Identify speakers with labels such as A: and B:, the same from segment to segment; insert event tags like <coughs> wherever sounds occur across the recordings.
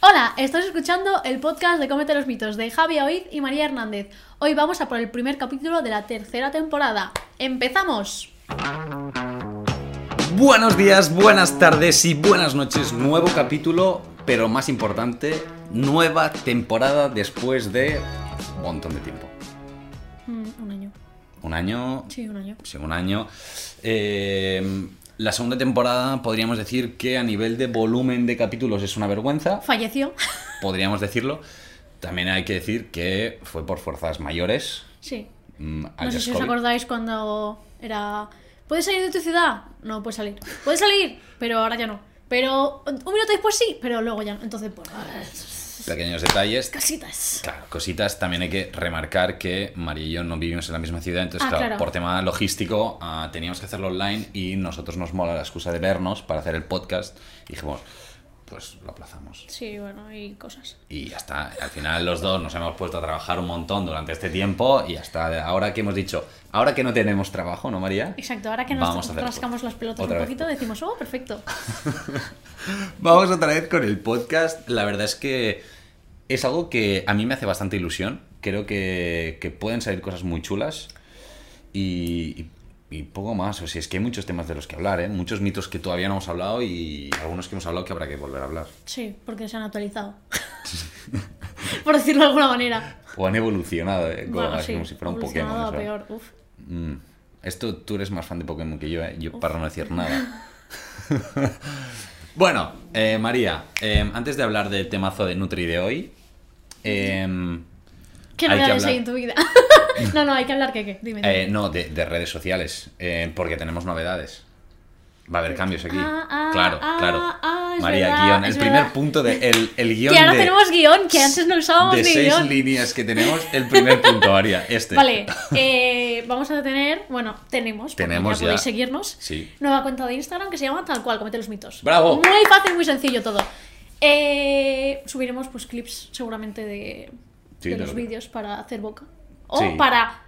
A: Hola, estás escuchando el podcast de Cómete los mitos de Javi Oiz y María Hernández. Hoy vamos a por el primer capítulo de la tercera temporada. ¡Empezamos!
B: Buenos días, buenas tardes y buenas noches. Nuevo capítulo, pero más importante, nueva temporada después de un montón de tiempo.
A: Mm, un año.
B: Un año,
A: Sí, un año.
B: sí, un año. Eh, la segunda temporada podríamos decir que a nivel de volumen de capítulos es una vergüenza,
A: Falleció. <laughs>
B: podríamos decirlo. También hay que decir que fue por fuerzas mayores.
A: sí.
B: mm,
A: No sé
B: alias
A: si os
B: COVID.
A: acordáis cuando era... ¿Puedes salir de tu ciudad? No, puedes salir. ¿Puedes salir? Pero ahora ya no. Pero un minuto después sí, pero luego ya no. Entonces, pues...
B: Pequeños detalles.
A: Casitas.
B: Claro, cositas. También hay que remarcar que María y yo no vivimos en la misma ciudad, entonces,
A: Ah,
B: claro,
A: claro.
B: por tema logístico ah, teníamos que hacerlo online y nosotros nos mola la excusa de vernos para hacer el podcast. Y dijimos, pues lo aplazamos.
A: Sí, bueno, y cosas.
B: Y ya está. Al final los dos nos hemos puesto a trabajar un montón durante este tiempo y hasta ahora que hemos dicho, ahora que no tenemos trabajo, ¿no, María?
A: Exacto, ahora que nos
B: Vamos a hacer
A: rascamos las pelotas
B: otra
A: un
B: vez.
A: poquito, decimos, oh, perfecto.
B: Vamos otra vez con el podcast. La verdad es que es algo que a mí me hace bastante ilusión. Creo que, que pueden salir cosas muy chulas y, y- y poco más. O sea, es que hay muchos temas de los que hablar, ¿eh? muchos mitos que todavía no hemos hablado y algunos que hemos hablado que habrá que volver a hablar.
A: Sí, porque se han actualizado. <laughs> Por decirlo de alguna manera.
B: O han evolucionado, ¿eh? como,
A: Bueno,
B: así
A: sí,
B: como si fuera un
A: evolucionado
B: Pokémon.
A: a
B: ¿sabes?
A: peor. Uf.
B: Mm. Esto tú eres más fan de Pokémon que yo, ¿eh? yo para no decir nada. <laughs> bueno, eh, María, eh, antes de hablar del temazo de Nutri de hoy, em,
A: Que no
B: Hay que
A: veas ahí
B: hablar.
A: en tu vida. <laughs> no, no, hay que hablar que qué. Dime. dime.
B: eh, no, de, de redes sociales, eh, porque tenemos novedades. Va a haber cambios aquí.
A: Ah, ah,
B: claro,
A: ah,
B: claro.
A: ah, es
B: María,
A: verdad,
B: guión.
A: es
B: El
A: verdad.
B: primer punto de el,
A: <laughs>
B: el guión.
A: que ahora
B: de-
A: tenemos guión, que antes no usábamos
B: de
A: ni
B: seis
A: guión.
B: líneas que tenemos,
A: <laughs>
B: el primer punto, María. Este.
A: Vale, eh, vamos a tener, bueno, tenemos, porque
B: Tenemos
A: ya podéis
B: ya.
A: seguirnos,
B: Sí.
A: nueva cuenta de Instagram que se llama tal cual, comete los mitos.
B: ¡Bravo!
A: Muy fácil, muy sencillo todo. Eh, subiremos pues clips seguramente de,
B: Sí,
A: de
B: de
A: los
B: lo que-
A: vídeos para hacer boca. O
B: Sí.
A: para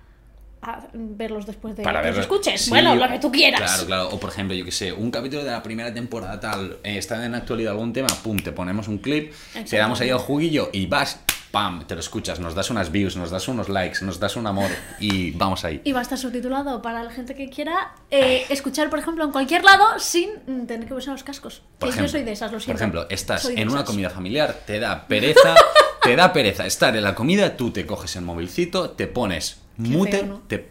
A: ah, verlos después de que
B: verlo.
A: los escuches.
B: Sí,
A: bueno, lo
B: o-
A: que tú quieras.
B: Claro, claro. O por ejemplo, yo que sé, un capítulo de la primera temporada tal, eh, está en actualidad algún tema, pum, te ponemos un clip, te damos ahí el juguillo y vas, pam, te lo escuchas, nos das unas views, nos das unos likes, nos das un amor y vamos ahí.
A: Y va a estar subtitulado para la gente que quiera eh, escuchar, por ejemplo, en cualquier lado sin mm, tener que usar los cascos.
B: Por
A: Que
B: ejemplo,
A: yo soy de esas, lo
B: Por
A: siento.
B: ejemplo, estás
A: Soy de
B: en una
A: esas.
B: comida familiar, te da
A: <laughs>
B: pereza, te da pereza estar en la comida, tú te coges el movilcito, te pones mute,
A: feo, ¿no? <laughs>
B: te...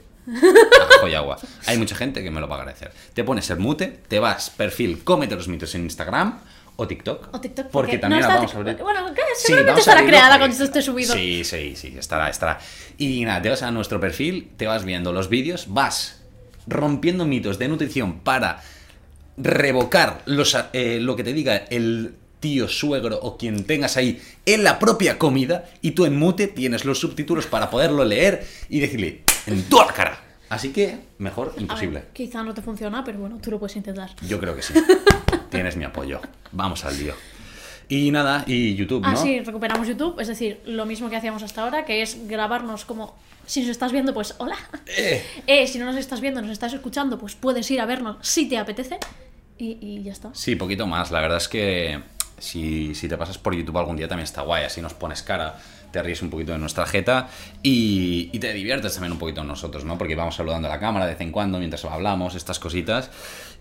B: Ajo y agua. Hay mucha gente que me lo va a agradecer. Te pones el mute, te vas, perfil, cómete los mitos en Instagram o TikTok.
A: O TikTok, porque
B: Porque, también
A: no
B: la
A: está
B: vamos a
A: TikTok.
B: abrir.
A: Bueno, que
B: Sí,
A: seguramente
B: vamos a
A: estará
B: abrirlo
A: creada
B: porque-
A: cuando esto esté subido.
B: Sí, sí, sí, estará, estará. Y nada, te vas a nuestro perfil, te vas viendo los vídeos, vas rompiendo mitos de nutrición para revocar los, a- eh, lo que te diga el tío, suegro o quien tengas ahí en la propia comida y tú en mute tienes los subtítulos para poderlo leer y decirle en toda la cara. Así que mejor
A: A ver,
B: imposible.
A: quizá no te funciona, pero bueno, tú lo puedes intentar.
B: Yo creo
A: <laughs>
B: que sí. Tienes mi apoyo. Vamos al lío. Y nada, y YouTube,
A: Ah,
B: ¿no?
A: sí, recuperamos YouTube, es decir, lo mismo que hacíamos hasta ahora, que es grabarnos como. Si nos estás viendo, pues hola.
B: Eh.
A: <laughs> Eh, si no nos estás viendo, nos estás escuchando, pues puedes ir a vernos si te apetece. Y, y ya está.
B: Sí, poquito más. La verdad es que si, si te pasas por YouTube algún día también está guay. Así nos pones cara, te ríes un poquito de nuestra jeta y, y te diviertes también un poquito nosotros, ¿no? Porque vamos saludando a la cámara de vez en cuando mientras hablamos, estas cositas.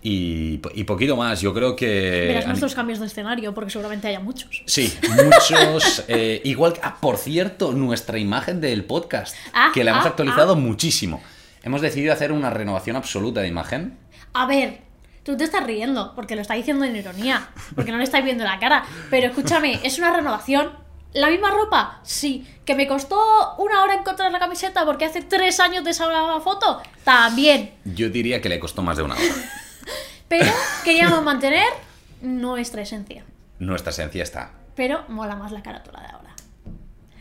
B: Y, po- y poquito más. Yo creo que...
A: Verás
B: Eh, a mí-
A: nuestros cambios de escenario, porque seguramente haya muchos.
B: Sí, muchos. <laughs> eh, igual, que- ah, por cierto, nuestra imagen del podcast,
A: Ah,
B: que la hemos
A: ah,
B: actualizado muchísimo. Hemos decidido hacer una renovación absoluta de imagen.
A: A ver, tú te estás riendo, porque lo está diciendo en ironía, porque no le estáis viendo la cara. Pero escúchame, es una renovación. ¿La misma ropa? Sí. ¿Que me costó una hora encontrar la camiseta porque hace tres años de esa foto? También.
B: Yo diría que le costó más de una hora.
A: Pero queríamos mantener nuestra esencia.
B: Nuestra esencia está
A: Pero mola más la carátula de ahora.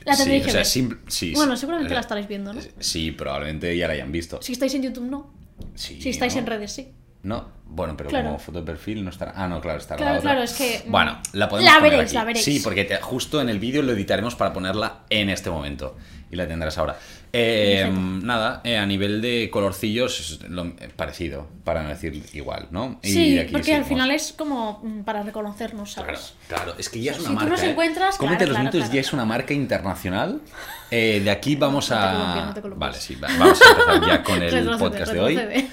A: La
B: sí,
A: tendréis
B: o
A: que
B: sea,
A: ver.
B: simple- sí,
A: Bueno,
B: sí.
A: seguramente
B: Eh,
A: la estaréis viendo, ¿no?
B: Sí, probablemente ya la hayan visto.
A: Si estáis en YouTube, no.
B: Sí,
A: Si estáis
B: ¿no?
A: en redes, sí.
B: No, Bueno, pero
A: Claro.
B: como foto de perfil no estará. Ah, no, claro, estará
A: Claro,
B: la otra.
A: claro, es que, mm,
B: Bueno, la podemos
A: la
B: poner
A: veréis,
B: aquí.
A: la veréis.
B: Sí, porque te- justo en el vídeo lo editaremos para ponerla en este momento. Y la tendrás ahora. Eh, nada, eh, a nivel de colorcillos, es lo- eh, parecido, para no decir igual, ¿no? Y
A: Sí,
B: de aquí
A: porque al
B: seguimos.
A: final es como mm, para reconocernos,
B: Claro,
A: ¿sabes?
B: claro, es que ya es
A: Si
B: una
A: tú
B: marca.
A: los
B: ¿eh?
A: encuentras,
B: Cómete
A: claro,
B: los
A: claro,
B: minutos
A: claro.
B: ya es una marca internacional. Eh, de aquí vamos
A: No te
B: a.
A: columpies, no te columpies.
B: vale, sí, va- vamos a empezar ya con el
A: Retrocede,
B: podcast de hoy.
A: retrocede.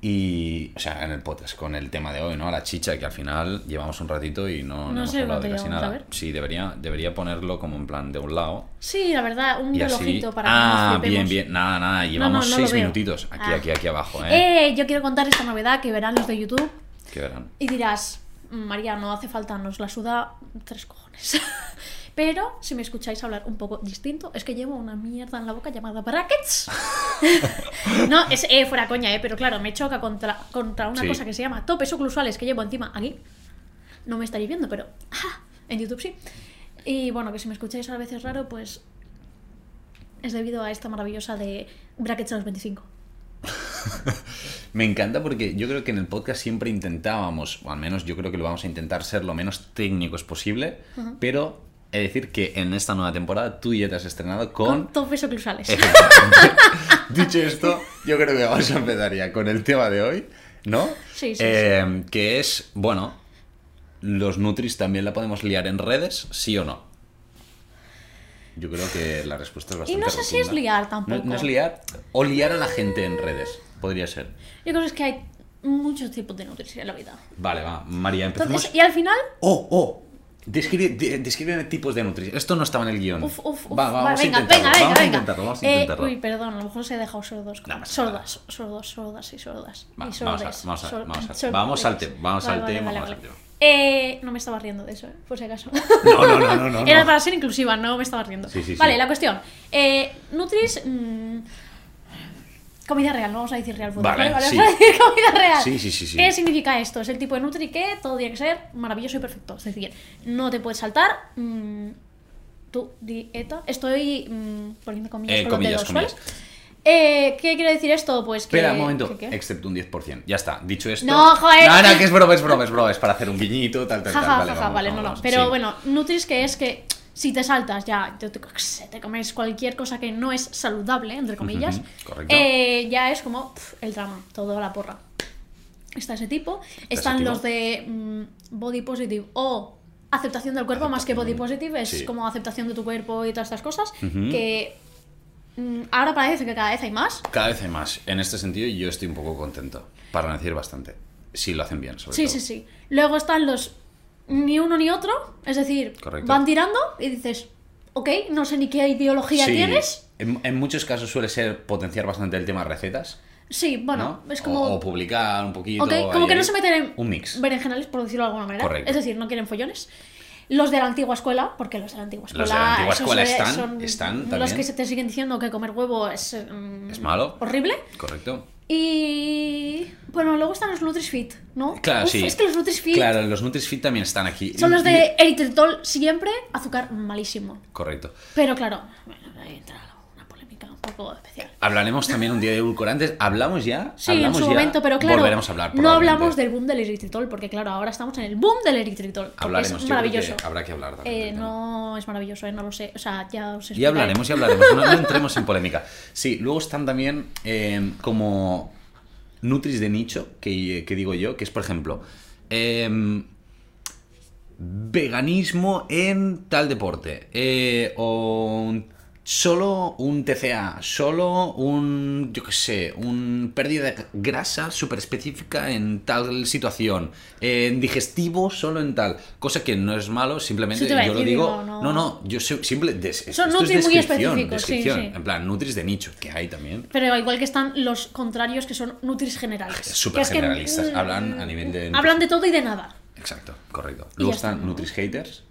B: Y, o sea, en el podcast, con el tema de hoy, ¿no? La chicha, que al final llevamos un ratito y no, no
A: No
B: hemos
A: sé,
B: hablado
A: no
B: de
A: te
B: casi
A: llegamos a
B: nada.
A: ver.
B: Sí, debería, debería ponerlo como en plan de un lado.
A: Sí, la verdad, un
B: Y así.
A: relojito para que
B: Ah,
A: nos flipemos.
B: bien, bien. Nada, nada.
A: no,
B: Llevamos
A: no lo
B: seis
A: veo.
B: minutitos. Aquí,
A: Ah.
B: aquí, aquí abajo, ¿eh?
A: Eh, yo quiero contar esta novedad que verán los de YouTube
B: Que verán.
A: y dirás, María, no hace falta, nos la suda tres cojones. <laughs> Pero si me escucháis hablar un poco distinto, es que llevo una mierda en la boca llamada brackets. <laughs> no, es eh, fuera coña, eh, pero claro, me choca contra, contra una
B: Sí.
A: cosa que se llama topes oclusales que llevo encima aquí. No me estaréis viendo, pero ¡ah! en YouTube sí. Y bueno, que si me escucháis a veces raro, pues es debido a esta maravillosa de brackets a los 25.
B: Me encanta porque yo creo que en el podcast siempre intentábamos, o al menos yo creo que lo vamos a intentar ser lo menos técnicos posible, pero he de decir que en esta nueva temporada tú ya te has estrenado
A: Con
B: con...
A: topes oclusales.
B: Efectivamente. <laughs>
A: <laughs>
B: Dicho esto, yo creo que vamos a empezar ya con el tema de hoy, ¿no?
A: Sí, sí,
B: Eh, Que es, bueno, los Nutris también la podemos liar en redes, sí o no. Yo creo que la respuesta es
A: Y
B: bastante
A: no sé si es
B: rotunda.
A: liar
B: No-
A: tampoco.
B: no es liar, o liar a la gente en redes, podría ser.
A: Yo creo que es que hay muchos tipos de nutrición en la vida.
B: Vale, va, María, empezamos.
A: Entonces, y al final,
B: Oh, oh. Describe, de- descríbeme tipos de nutrición. Esto no estaba en el guión.
A: uf, uf, uf,
B: va, va, vamos
A: venga,
B: a intentarlo.
A: venga, venga,
B: vamos a
A: venga.
B: intentarlo, vamos a
A: Eh,
B: intentarlo.
A: uy, perdón, a lo mejor se he dejado sordos.
B: No pasa
A: sordas, sordos, sordas y sordas.
B: Va,
A: y
B: vamos a ver,
A: sordes,
B: vamos a ver,
A: sor-
B: vamos a ver.
A: sordes.
B: Vamos al tema, vamos
A: Vale,
B: al
A: vale,
B: tema,
A: vale,
B: vamos al
A: vale.
B: tema.
A: Eh, no me estaba riendo de eso, eh, por si acaso.
B: <laughs> No, no, no, no,
A: <laughs>
B: no,
A: Era
B: no.
A: para ser inclusiva, no me estaba riendo.
B: Sí, sí, sí.
A: vale, la cuestión. Eh, Nutris. mm, comida real, no vamos a decir real food.
B: Vale, sí.
A: Vamos a decir <laughs> comida real.
B: Sí, sí, sí, sí.
A: ¿Qué significa esto? Es el tipo de Nutri que todo tiene que ser maravilloso y perfecto. Es decir, no te puedes saltar. mm, tu dieta. Estoy mm, poniendo comillas
B: Eh,
A: con los
B: comillas,
A: dedos, ¿vale?
B: comillas.
A: Eh, ¿Qué quiere decir esto? Pues que.
B: Espera un momento,
A: que- que-
B: excepto un 10%. Ya está, dicho esto.
A: No, joder.
B: No, no, que es broma, es broma, es broma. Es para hacer un guiñito, tal, tal,
A: Jaja,
B: tal.
A: jaja,
B: vale,
A: vale, no, no.
B: vamos, vamos, vamos.
A: Pero
B: Sí.
A: bueno, Nutris que es que si te saltas ya, te, te- yo qué sé, te comes cualquier cosa que no es saludable, entre comillas,
B: Ujú, correcto.
A: eh, ya es como pf, el drama, toda la porra. Está ese tipo, están
B: tipo.
A: los de mm, body positive o aceptación del cuerpo, más que body
B: Aceptación.
A: positive, es
B: Sí.
A: como aceptación de tu cuerpo y todas estas cosas,
B: Ujú.
A: que mm, ahora parece que cada vez hay más.
B: Cada vez hay más. En este sentido, yo estoy un poco contento. Para no decir bastante. Sí, lo hacen bien, sobre
A: Sí,
B: todo.
A: sí, sí. Luego están los ni uno ni otro, es decir,
B: Correcto.
A: van tirando y dices, ok, no sé ni qué ideología
B: Sí,
A: tienes.
B: En, en muchos casos suele ser potenciar bastante el tema recetas.
A: Sí, bueno,
B: ¿no?
A: es como...
B: O, o publicar un poquito.
A: ok, como
B: ahí,
A: que no
B: ahí.
A: se meten en
B: Un mix.
A: berenjenales, por decirlo de alguna manera.
B: Correcto.
A: Es decir, no quieren follones. Los de la antigua escuela, porque los de la antigua escuela,
B: Los de la antigua
A: esos
B: escuela
A: de-
B: están-
A: son
B: están
A: los
B: también.
A: que se te siguen diciendo que comer huevo es, mm,
B: Es malo.
A: horrible.
B: Correcto.
A: Y bueno, luego están los Nutrisfit, ¿no?
B: Claro,
A: Uf,
B: sí.
A: Es que los Nutrisfit
B: Claro, los Nutrisfit también están aquí.
A: son los de eritritol siempre, azúcar malísimo.
B: Correcto.
A: Pero claro, bueno, ahí entra una polémica un poco especial.
B: Hablaremos también un día de edulcorantes. ¿Hablamos ya?
A: Sí, en
B: ¿Hablamos
A: su
B: ya?
A: momento, pero claro,
B: Volveremos a hablar.
A: no
B: probablemente.
A: hablamos del boom del eritritol, porque claro, ahora estamos en el boom del eritritol. porque es
B: Hablaremos, yo creo que
A: maravilloso.
B: habrá que hablar también
A: Eh,
B: del tema.
A: no es maravilloso, eh, no lo sé. O sea, ya os
B: Y
A: explicaré.
B: hablaremos y hablaremos. No, no entremos en polémica. Sí, luego están también eh, como Nutris de nicho, que, que digo yo, que es, por ejemplo, em, veganismo en tal deporte. eh, o un- solo un TCA, solo un, yo qué sé, un pérdida de grasa súper específica en tal situación. En digestivo solo en tal. Cosa que no es malo, simplemente
A: Sí, te iba a
B: yo lo
A: decir,
B: digo.
A: digo, no.
B: no, no, yo sé- simple. des-
A: Son
B: esto es
A: nutris muy
B: descripción,
A: específicos, sí,
B: descripción.
A: sí.
B: En plan, nutris de nicho, que hay también.
A: Pero igual que están los contrarios que son nutris generales.
B: Súper
A: que es que,
B: generalistas,
A: mm,
B: hablan a nivel de-
A: Hablan de todo y de nada.
B: Exacto, correcto.
A: Y
B: Luego
A: ya está,
B: están
A: ¿no?
B: nutris haters.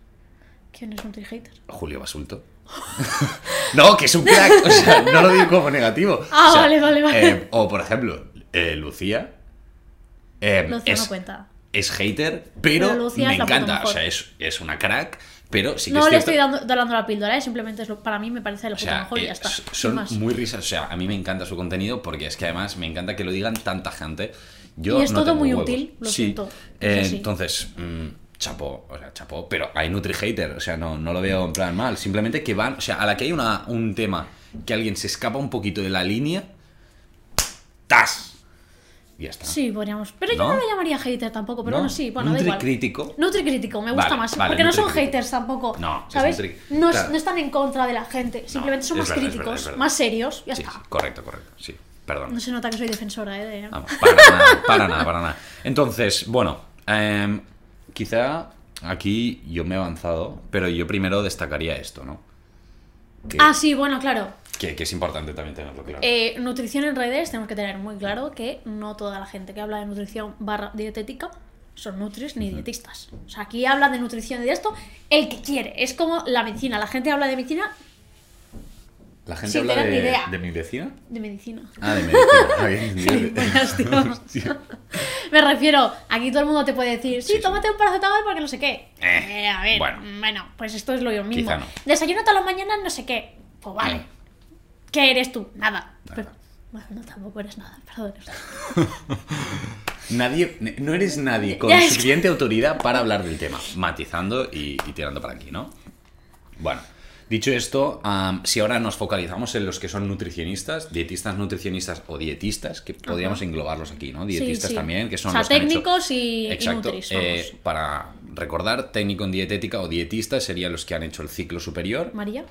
A: ¿Quién es nutri hater?
B: Julio Basulto. <laughs> no, que es un crack. O sea, no lo digo como negativo.
A: Ah,
B: O sea,
A: vale, vale, vale.
B: eh, o por ejemplo, eh, Lucía. eh,
A: Lucía no
B: es,
A: cuenta.
B: es hater, pero,
A: Pero Lucía
B: me
A: es la puta
B: encanta. O
A: mejor.
B: sea, es, es una crack, pero sí que
A: No
B: es
A: le
B: cierto-
A: estoy dando, dando la píldora, eh, simplemente es lo- para mí me parece lo
B: O sea,
A: mejor y
B: eh,
A: ya está.
B: s-
A: sin
B: son
A: más.
B: muy risas. O sea, a mí me encanta su contenido porque es que además me encanta que lo digan tanta gente Yo
A: y es
B: no
A: todo
B: tengo
A: muy
B: huevos.
A: útil, lo
B: Sí.
A: siento.
B: Eh,
A: Es así.
B: Entonces, mm, chapó, o sea, chapó, pero hay Nutri-Hater, o sea, no, no lo veo en plan mal. Simplemente que van, o sea, a la que hay una, un tema que alguien se escapa un poquito de la línea, ¡tas! Y ya está.
A: Sí, podríamos. Pero
B: ¿No?
A: yo no lo llamaría hater tampoco, pero
B: ¿No?
A: bueno, sí, bueno, da
B: Nutri
A: igual.
B: crítico.
A: Nutri crítico, me gusta
B: Vale,
A: más.
B: vale,
A: porque no son
B: nutricrítico.
A: haters tampoco.
B: No, es
A: ¿sabes?
B: nutri-
A: no, es-
B: claro.
A: no están en contra de la gente, simplemente son
B: es
A: más
B: verdad, es
A: críticos,
B: verdad, es verdad.
A: más serios, ya
B: Sí,
A: está.
B: sí, Ah, correcto, correcto. Sí, perdón.
A: No se nota que soy defensora, ¿eh? de-
B: Vamos, para nada, para nada, para nada. Entonces, bueno, em, quizá aquí yo me he avanzado, pero yo primero destacaría esto, ¿no? Que,
A: Ah, sí, bueno, claro.
B: que- que es importante también tenerlo claro.
A: Eh, nutrición en redes, tenemos que tener muy claro que no toda la gente que habla de nutrición barra dietética son nutris ni dietistas. O sea, aquí hablan de nutrición y de esto el que quiere. Es como la medicina. La gente habla de medicina,
B: La gente
A: sin
B: habla
A: tener ni
B: de,
A: idea.
B: de mi vecina.
A: de medicina.
B: Ah, de mi vecina. Ah, bien, bien. <laughs>
A: Gilipollas, tío.
B: Hostia.
A: Me refiero, aquí todo el mundo te puede decir, sí,
B: Sí, sí.
A: tómate un paracetamol porque no sé qué.
B: Eh,
A: Eh, a ver,
B: bueno.
A: mm, bueno, pues esto es lo mismo.
B: Quizá no.
A: Desayuno todas las mañanas, no sé qué. Pues vale.
B: Eh.
A: ¿Qué eres tú? Nada.
B: Nada.
A: Pero- bueno, no, tampoco eres nada, perdón.
B: Nadie, no eres nadie con
A: Ya, es que-
B: suficiente autoridad para hablar del tema, matizando y, y tirando para aquí, ¿no? Bueno, dicho esto, am, si ahora nos focalizamos en los que son nutricionistas, dietistas, nutricionistas o dietistas, que podríamos englobarlos aquí, ¿no? Dietistas
A: sí.
B: también, que son
A: O sea,
B: los que han hecho-
A: técnicos y- y
B: Exacto,
A: nutris, vamos.
B: eh, para recordar, técnico en dietética o dietistas serían los que han hecho el ciclo superior.
A: María.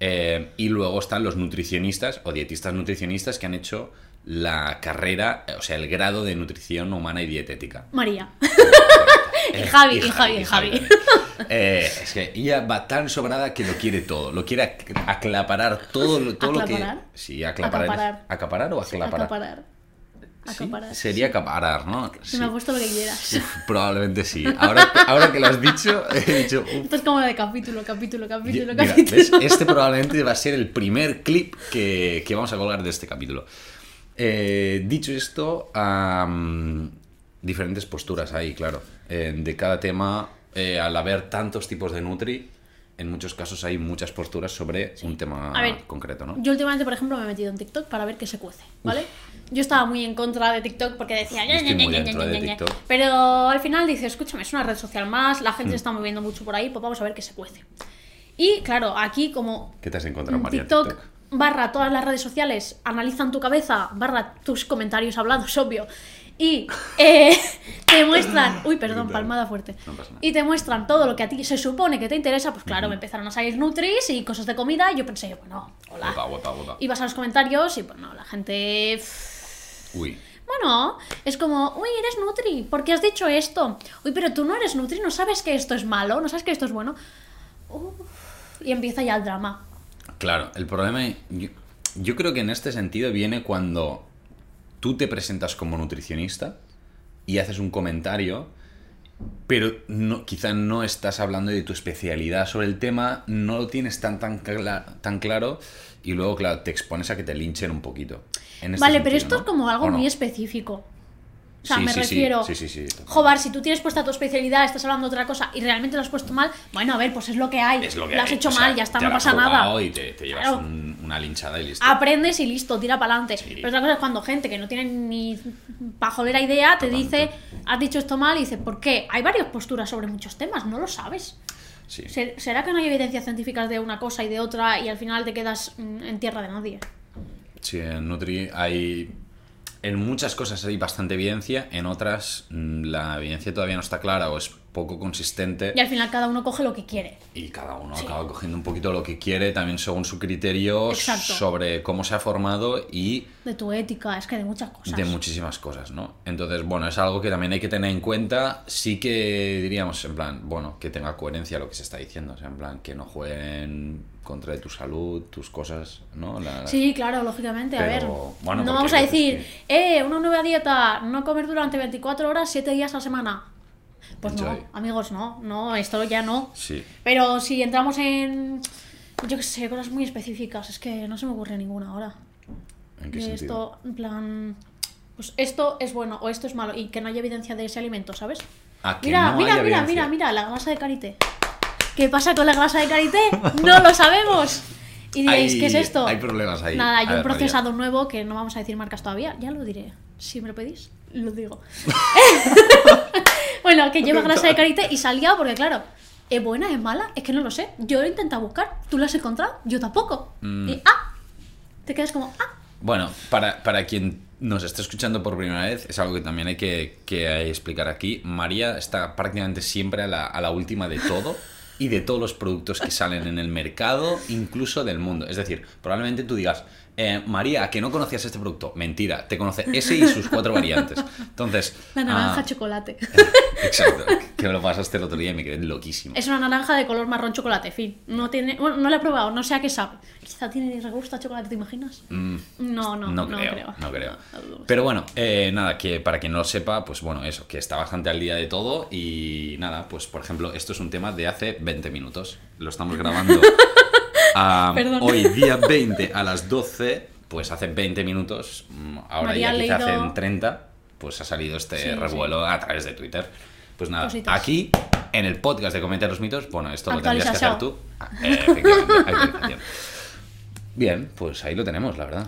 B: Eh, y luego están los nutricionistas o dietistas nutricionistas que han hecho la carrera, eh, o sea, el grado de nutrición humana y dietética.
A: María.
B: Eh,
A: Javi, <laughs> y Javi, y Javi.
B: también. Eh, es que ella va tan sobrada que lo quiere todo, lo quiere ac- aclaparar todo, lo- todo lo
A: ¿Aclaparar?
B: que... Sí, aclaparar.
A: Acaparar.
B: ¿Acaparar o aclaparar?
A: Acaparar.
B: Sí,
A: Acaparar.
B: Sería acaparar, ¿no?
A: Se me ha puesto lo que quieras.
B: Uf, probablemente sí. Ahora, ahora que lo has dicho,
A: <laughs>
B: he dicho... uf,
A: Esto es como de capítulo, capítulo, capítulo,
B: Mira,
A: capítulo.
B: ¿ves? Este probablemente va a ser el primer clip que, que vamos a colgar de este capítulo. Eh, dicho esto, am, diferentes posturas ahí, claro. Eh, de cada tema, eh, al haber tantos tipos de Nutri, en muchos casos hay muchas posturas sobre un tema
A: A ver,
B: concreto, ¿no?
A: Yo últimamente, por ejemplo, me he metido en TikTok para ver qué se cuece, ¿vale? Yo estaba muy en contra de TikTok porque decía,
B: Yo estoy
A: "Ña, ña,
B: muy
A: ña, ña,
B: dentro
A: ña,
B: de
A: ña".
B: TikTok. Hmm.
A: pero al final dice, escúchame, es una red social más, la gente se está moviendo mucho por ahí, pues vamos a ver qué se cuece. Y claro, aquí como
B: ¿Qué te has encontrado, María? en
A: TikTok, barra todas las redes sociales analizan tu cabeza, barra tus comentarios hablados, <laughs> obvio. Y eh, <laughs> te
B: <coughs>
A: muestran, uy, perdón,
B: Brutal.
A: palmada fuerte.
B: No pasa nada.
A: Y te muestran todo lo que a ti se supone que te interesa. Pues claro, me empezaron a salir nutris y cosas de comida. Y yo pensé, bueno, hola.
B: Guapa, guapa, guapa.
A: Ibas a los comentarios y pues no, la gente. pff,
B: Uy.
A: Bueno, es como, uy, eres Nutri, ¿por qué has dicho esto? Uy, pero tú no eres Nutri, no sabes que esto es malo, no sabes que esto es bueno. Uf, y empieza ya el drama.
B: Claro, el problema, yo, yo creo que en este sentido viene cuando tú te presentas como nutricionista y haces un comentario, pero no, quizá no estás hablando de tu especialidad sobre el tema, no lo tienes tan, tan, cla- tan claro y luego, claro, te expones a que te linchen un poquito. en este
A: vale, pero esto
B: sentido,
A: es como
B: ¿no?
A: algo
B: ¿O no?
A: muy específico. O sea,
B: Sí,
A: me
B: sí, sí,
A: refiero.
B: sí, sí, sí, totalmente.
A: Jobar, si tú tienes puesta tu especialidad, estás hablando de otra cosa y realmente lo has puesto mal, bueno, a ver, pues es lo que hay.
B: Es lo que
A: has
B: hay,
A: hecho
B: o sea,
A: mal, ya está,
B: te
A: no
B: la has
A: pasa
B: jugado
A: nada.
B: Y te, te llevas
A: Claro. Ah,
B: un- una linchada y listo.
A: Aprendes y listo, tira para adelante.
B: Sí.
A: Pero otra cosa es cuando gente que no tiene ni pajolera idea te dice, has dicho esto mal y dice, ¿por qué? Hay varias posturas sobre muchos temas, no lo sabes.
B: Sí.
A: ¿Ser- ¿Será que no hay evidencias científicas de una cosa y de otra y al final te quedas mm, en tierra de nadie?
B: Sí, en Nutri hay. En muchas cosas hay bastante evidencia, en otras mm, la evidencia todavía no está clara o es poco consistente
A: Y al final cada uno coge lo que quiere.
B: y cada uno acaba cogiendo un poquito lo que quiere, también según su criterio
A: Exacto.
B: sobre cómo se ha formado y
A: De tu ética, es que de muchas cosas.
B: de muchísimas cosas, ¿no? Entonces, bueno, es algo que también hay que tener en cuenta. Sí que diríamos, en plan, bueno, que tenga coherencia lo que se está diciendo, o sea, en plan, que no jueguen contra de tu salud, tus cosas, ¿no? La-
A: Sí, claro, lógicamente. a
B: Pero,
A: ver,
B: bueno,
A: no
B: porque
A: vamos a
B: hay veces
A: decir, eh, una nueva dieta, no comer durante 24 horas, 7 días a la semana. Pues
B: Enjoy.
A: no, amigos, no, no, esto ya no.
B: Sí.
A: Pero si entramos en, yo qué sé, cosas muy específicas, es que no se me ocurre ninguna ahora.
B: ¿En qué
A: De
B: sentido?
A: esto, en plan, pues esto es bueno o esto es malo y que no haya evidencia de ese alimento, ¿sabes?
B: Ah, que
A: Mira,
B: no
A: mira,
B: haya
A: mira,
B: evidencia. <laughs>
A: mira, mira, la grasa de karité. ¿Qué pasa con la grasa de karité? No lo sabemos. Y diréis,
B: Hay-
A: ¿qué es esto?
B: hay problemas ahí.
A: Nada,
B: A
A: hay un
B: ver, María.
A: procesado nuevo que no vamos a decir marcas todavía. Ya lo diré. Si me lo pedís, lo
B: <laughs>
A: digo. bueno, que lleva grasa de karité y salía porque, claro, ¿es buena, es mala? Es que no lo sé. Yo lo he intentado buscar. ¿Tú la has encontrado? Yo tampoco.
B: Mm.
A: Y, ah, te quedas como, ah.
B: Bueno, para, para quien nos esté escuchando por primera vez, es algo que también hay que, que explicar aquí. María está prácticamente siempre a la, a la última de todo <laughs> y de todos los productos que salen en el mercado, incluso del mundo. Es decir, probablemente tú digas, eh, María, que no conocías este producto. Mentira, te conoce ese y sus cuatro variantes. Entonces...
A: <laughs> La naranja
B: ah,
A: chocolate.
B: <laughs> Exacto, que me lo pasaste el otro día y me quedé loquísimo.
A: Es una naranja de color marrón chocolate, fin. No tiene, bueno, no la he probado, no sé a qué sabe. Quizá tiene regusto a chocolate, ¿te imaginas?
B: Mm.
A: No, no,
B: no, creo, no creo. Pero bueno, eh, nada, que para quien no lo sepa, pues bueno, eso, que está bastante al día de todo y nada, pues por ejemplo, esto es un tema de hace 20 minutos. Lo
A: <laughs>
B: estamos grabando a-
A: Perdón.
B: hoy día 20 a las 12, pues hace 20 minutos, mm, ahora
A: María
B: ya
A: ha
B: quizá
A: leído-
B: hacen 30, pues ha salido este
A: Sí,
B: revuelo a través de Twitter. Pues nada,
A: Cositas.
B: aquí en el podcast de Comenta los Mitos, bueno, esto lo tendrías que hacer
A: Actualización.
B: tú. Ah, eh, efectivamente, actualización. Bien, pues ahí lo tenemos, la verdad.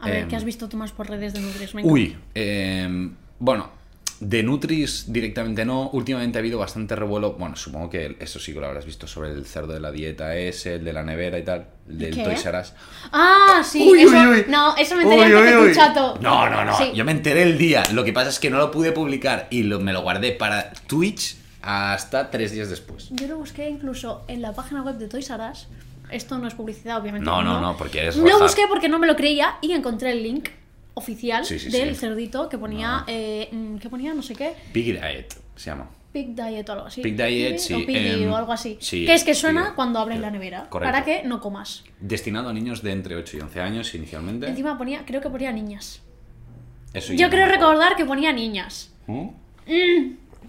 A: A ver,
B: Em,
A: ¿qué has visto tú más por redes de Nutris? Venga.
B: Uy, eh, bueno, de Nutris directamente no. Últimamente ha habido bastante revuelo. Bueno, supongo que eso sí que lo habrás visto sobre el cerdo de la dieta ese, el de la nevera y tal, el del
A: ¿Qué?
B: Toys R Us.
A: Ah, sí,
B: Uy,
A: eso,
B: uy, uy.
A: no, eso me enteré
B: Uy,
A: antes
B: uy,
A: de tu
B: uy.
A: chato.
B: No, no, no.
A: Sí.
B: Yo me enteré el día. Lo que pasa es que no lo pude publicar y lo- me lo guardé para Twitch hasta tres días después.
A: Yo lo busqué incluso en la página web de Toys R Us. Esto no es publicidad, obviamente.
B: No, no, no, porque eres
A: Lo
B: rajar.
A: busqué porque no me lo creía y encontré el link oficial
B: Sí, sí,
A: del
B: sí.
A: cerdito que ponía,
B: No.
A: eh, mm, que ponía no sé qué,
B: Big Diet se llama.
A: Pig Diet o algo así.
B: Pig Diet, sí,
A: O Piggy
B: em,
A: o algo así.
B: sí,
A: que es que
B: sí,
A: suena
B: eh,
A: cuando abres
B: eh,
A: la nevera.
B: correcto.
A: Para que no comas.
B: Destinado a niños de entre 8 y 11 años inicialmente.
A: Encima ponía, creo que ponía niñas.
B: Eso ya
A: Yo
B: no
A: creo
B: me acuerdo.
A: recordar que ponía niñas.
B: ¿Mm?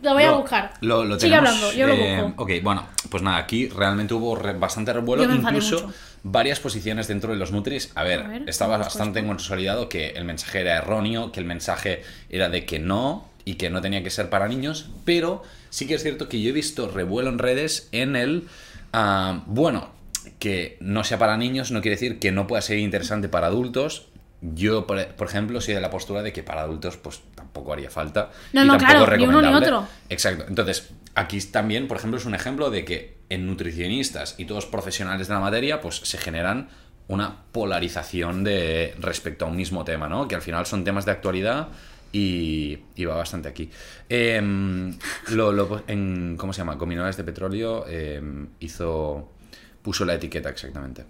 A: Lo voy a
B: Lo-
A: buscar.
B: Lo, lo
A: Sigue
B: tenemos,
A: hablando, yo lo
B: eh,
A: busco.
B: ok, bueno, pues nada, aquí realmente hubo re- bastante revuelo,
A: Yo me enfadé
B: incluso
A: mucho.
B: varias posiciones dentro de los Nutris. A ver,
A: A ver,
B: estaba
A: vamos,
B: bastante consolidado que el mensaje era erróneo, que el mensaje era de que no y que no tenía que ser para niños, pero sí que es cierto que yo he visto revuelo en redes en el, ah, bueno, que no sea para niños no quiere decir que no pueda ser interesante para adultos. Yo, por, por ejemplo, soy de la postura de que para adultos pues tampoco haría falta.
A: No,
B: y
A: no,
B: tampoco
A: claro, ni uno ni
B: recomendable.
A: otro.
B: Exacto. Entonces, aquí también, por ejemplo, es un ejemplo de que en nutricionistas y todos profesionales de la materia, pues se generan una polarización de respecto a un mismo tema, ¿no? Que al final son temas de actualidad y, y va bastante aquí. Em, lo- lo- en- ¿Cómo se llama? Combinadores de petróleo em, hizo... puso la etiqueta exactamente.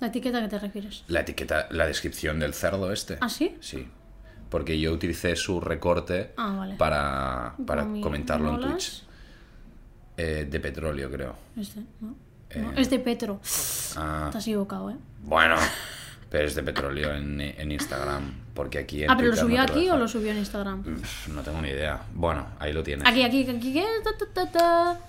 A: ¿La etiqueta a qué te refieres?
B: La etiqueta, la descripción del cerdo este.
A: ¿Ah, sí?
B: Sí. Porque yo utilicé su recorte
A: Ah, vale.
B: para, para
A: Gomi-
B: comentarlo en Twitch.
A: gomolas.
B: Eh, de petróleo, creo.
A: Este, no. No,
B: Eh.
A: es de Petro.
B: Ah,
A: Estás equivocado, ¿eh?
B: bueno. Pero es de petróleo en, en Instagram. Porque aquí en
A: Ah, pero lo
B: Twitter no
A: subió
B: te lo
A: aquí o
B: dejan.
A: lo subió en Instagram.
B: Pff, No tengo ni idea. Bueno, ahí lo tienes.
A: Aquí, aquí, aquí. ¿qué? Ta, ta, ta, ta.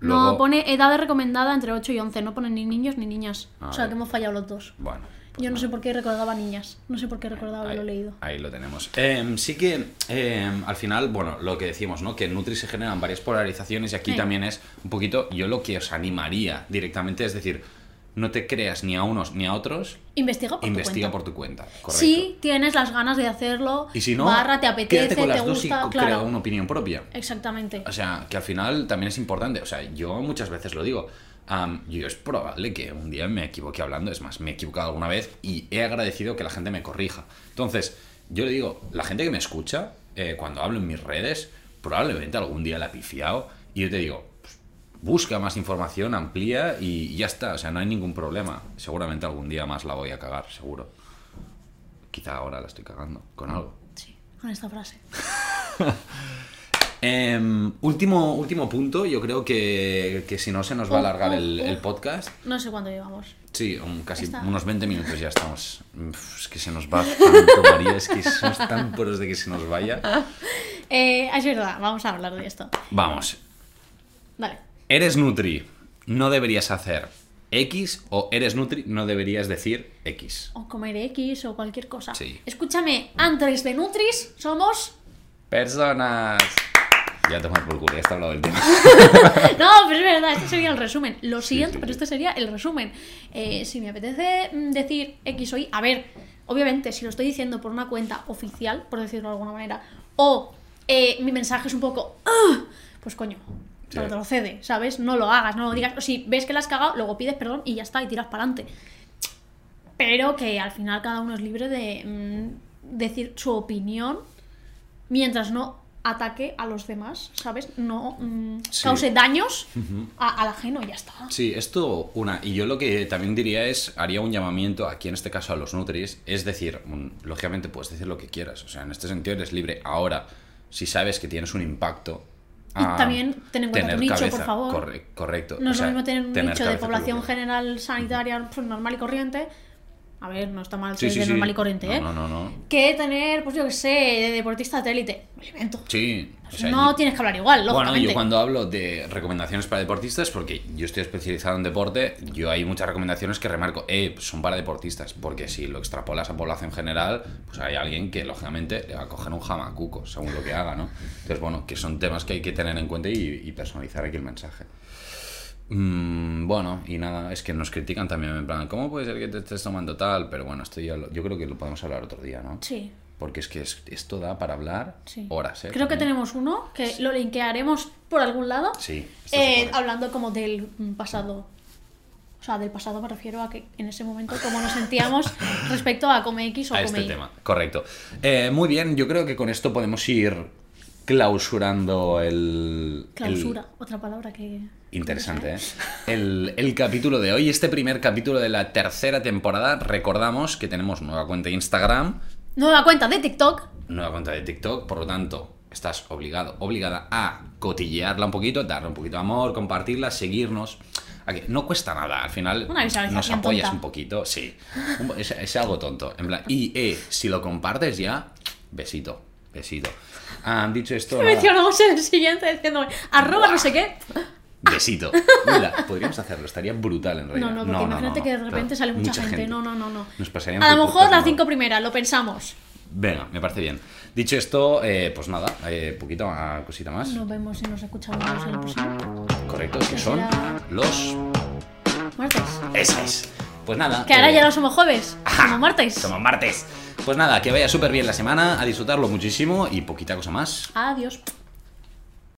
B: Luego-
A: No, pone edades recomendadas entre 8 y 11. No pone ni niños ni niñas.
B: Ah,
A: o sea,
B: vale.
A: que hemos fallado los dos.
B: Bueno.
A: Yo no sé por qué recordaba niñas. No sé por qué recordaba
B: Pues ahí,
A: haberlo leído.
B: Ahí lo tenemos. Em, sí que em, al final, bueno, lo que decimos, ¿no? Que en Nutri se generan varias polarizaciones y aquí
A: Sí.
B: también es un poquito yo lo que os animaría directamente, es decir, no te creas ni a unos ni a otros,
A: Investiga por
B: investiga
A: tu
B: por
A: cuenta.
B: tu cuenta. Correcto.
A: Si tienes las ganas de hacerlo,
B: y si no,
A: barra, te apetece,
B: quédate con las
A: te
B: dos y
A: gusta,
B: co- crea
A: claro.
B: una opinión propia.
A: Exactamente.
B: O sea, que al final también es importante. O sea, yo muchas veces lo digo. Am, yo es probable que un día me equivoque hablando. Es más, me he equivocado alguna vez y he agradecido que la gente me corrija. Entonces, yo le digo, la gente que me escucha, eh, cuando hablo en mis redes, probablemente algún día la ha pifiado. Y yo te digo, pues, busca más información, amplía y ya está. O sea, no hay ningún problema. Seguramente algún día más la voy a cagar, seguro. Quizá ahora la estoy cagando con algo.
A: Sí, con esta frase.
B: Em, último, último punto, yo creo que, que si no se nos va a alargar el, el podcast.
A: No sé cuándo llevamos.
B: Sí, un- casi
A: Está.
B: unos 20 minutos ya estamos. Uf, es que se nos va tanto, María, es que somos tan puros de que se nos vaya.
A: Eh, es verdad, vamos a hablar de esto.
B: Vamos,
A: Vale.
B: eres Nutri, no deberías hacer X o eres Nutri, no deberías decir X.
A: O comer X o cualquier cosa.
B: Sí.
A: Escúchame, antes de Nutris somos
B: Personas. Ya tomar por culo, ya está hablado del tema.
A: <laughs> No, pero es verdad, este sería el resumen. Lo siguiente,
B: sí,
A: pero
B: sí.
A: este sería el resumen. Eh, si me apetece mm, decir X o Y, a ver, obviamente, si lo estoy diciendo por una cuenta oficial, por decirlo de alguna manera, o eh, mi mensaje es un poco, "Ah", pues coño,
B: Sí.
A: retrocede, ¿sabes? No lo hagas, no lo digas. O Si ves que la has cagado, luego pides perdón y ya está, y tiras para adelante. Pero que al final cada uno es libre de mm, decir su opinión mientras no ataque a los demás, ¿sabes? No mm,
B: Sí.
A: cause daños a- al ajeno y ya está.
B: Sí, esto una. Y yo lo que también diría es, haría un llamamiento aquí en este caso a los Nutris, es decir, mm, lógicamente puedes decir lo que quieras, o sea, en este sentido eres libre. Ahora, si sabes que tienes un impacto...
A: Y
B: ah,
A: también ten en cuenta tu nicho, por favor.
B: corre- correcto.
A: No
B: o
A: es lo
B: sea,
A: mismo tener un nicho de
B: cabeza
A: población
B: colocada.
A: general sanitaria pues, normal y corriente. A ver, no está mal
B: Sí,
A: ser
B: sí,
A: de
B: sí.
A: normal y corriente,
B: No,
A: ¿eh?
B: No, no, no.
A: Que tener, pues yo que sé, de deportista de élite. Me lo invento.
B: Sí. o sea,
A: Pues, no
B: y-
A: tienes que hablar igual,
B: Bueno,
A: lógicamente.
B: yo cuando hablo de recomendaciones para deportistas, porque yo estoy especializado en deporte, yo hay muchas recomendaciones que remarco, eh, pues son para deportistas, porque si lo extrapolas a población general, pues hay alguien que lógicamente le va a coger un jamacuco, según lo que haga, ¿no? Entonces, bueno, que son temas que hay que tener en cuenta y, y personalizar aquí el mensaje. Mm, bueno, y nada, es que nos critican también en plan, ¿cómo puede ser que te estés tomando tal? Pero bueno, esto ya lo- yo creo que lo podemos hablar otro día, ¿no?
A: Sí.
B: Porque es que es- esto da para hablar
A: Sí.
B: horas, ¿eh?
A: Creo que
B: También.
A: tenemos uno que lo linkearemos por algún lado.
B: Sí, esto se
A: eh,
B: puede.
A: hablando como del mm, pasado. O sea, del pasado me refiero a que en ese momento cómo nos
B: <laughs>
A: sentíamos respecto a Come X o
B: a
A: Come
B: este
A: Y.
B: tema. Correcto. Eh, muy bien, yo creo que con esto podemos ir clausurando el... el-
A: Clausura, otra palabra que.
B: Interesante, ¿eh? El, el capítulo de hoy, este primer capítulo de la tercera temporada, recordamos que tenemos nueva cuenta de Instagram,
A: Nueva cuenta de TikTok.
B: nueva cuenta de TikTok, por lo tanto, estás obligado, obligada a cotillearla un poquito, darle un poquito de amor, compartirla, seguirnos. A que no cuesta nada, al final
A: Una visualización
B: nos apoyas
A: tonta.
B: un poquito, sí. Un po- Es, es algo tonto. En plan, y eh, si lo compartes ya, besito, besito. Han dicho esto. nada,
A: Mencionamos en el siguiente diciéndome arroba no sé qué.
B: besito. Mira, podríamos hacerlo, estaría brutal en realidad.
A: No, no, porque imagínate
B: no,
A: que de
B: pero
A: repente sale mucha, gente. No, no, no, no.
B: Nos pasaría
A: A
B: un
A: lo
B: poco
A: mejor las
B: como-
A: cinco primeras, lo pensamos.
B: Venga, me parece bien. Dicho esto, eh, pues nada, eh, poquito, ah, cosita más.
A: Nos vemos y nos escuchamos el próximo
B: Correcto, que son
A: Será-
B: los...
A: martes.
B: Esa es. Pues nada.
A: Que ahora
B: eh,
A: ya no somos jueves, somos martes.
B: Somos martes. Pues nada, que vaya súper bien la semana, a disfrutarlo muchísimo y poquita cosa más.
A: Adiós.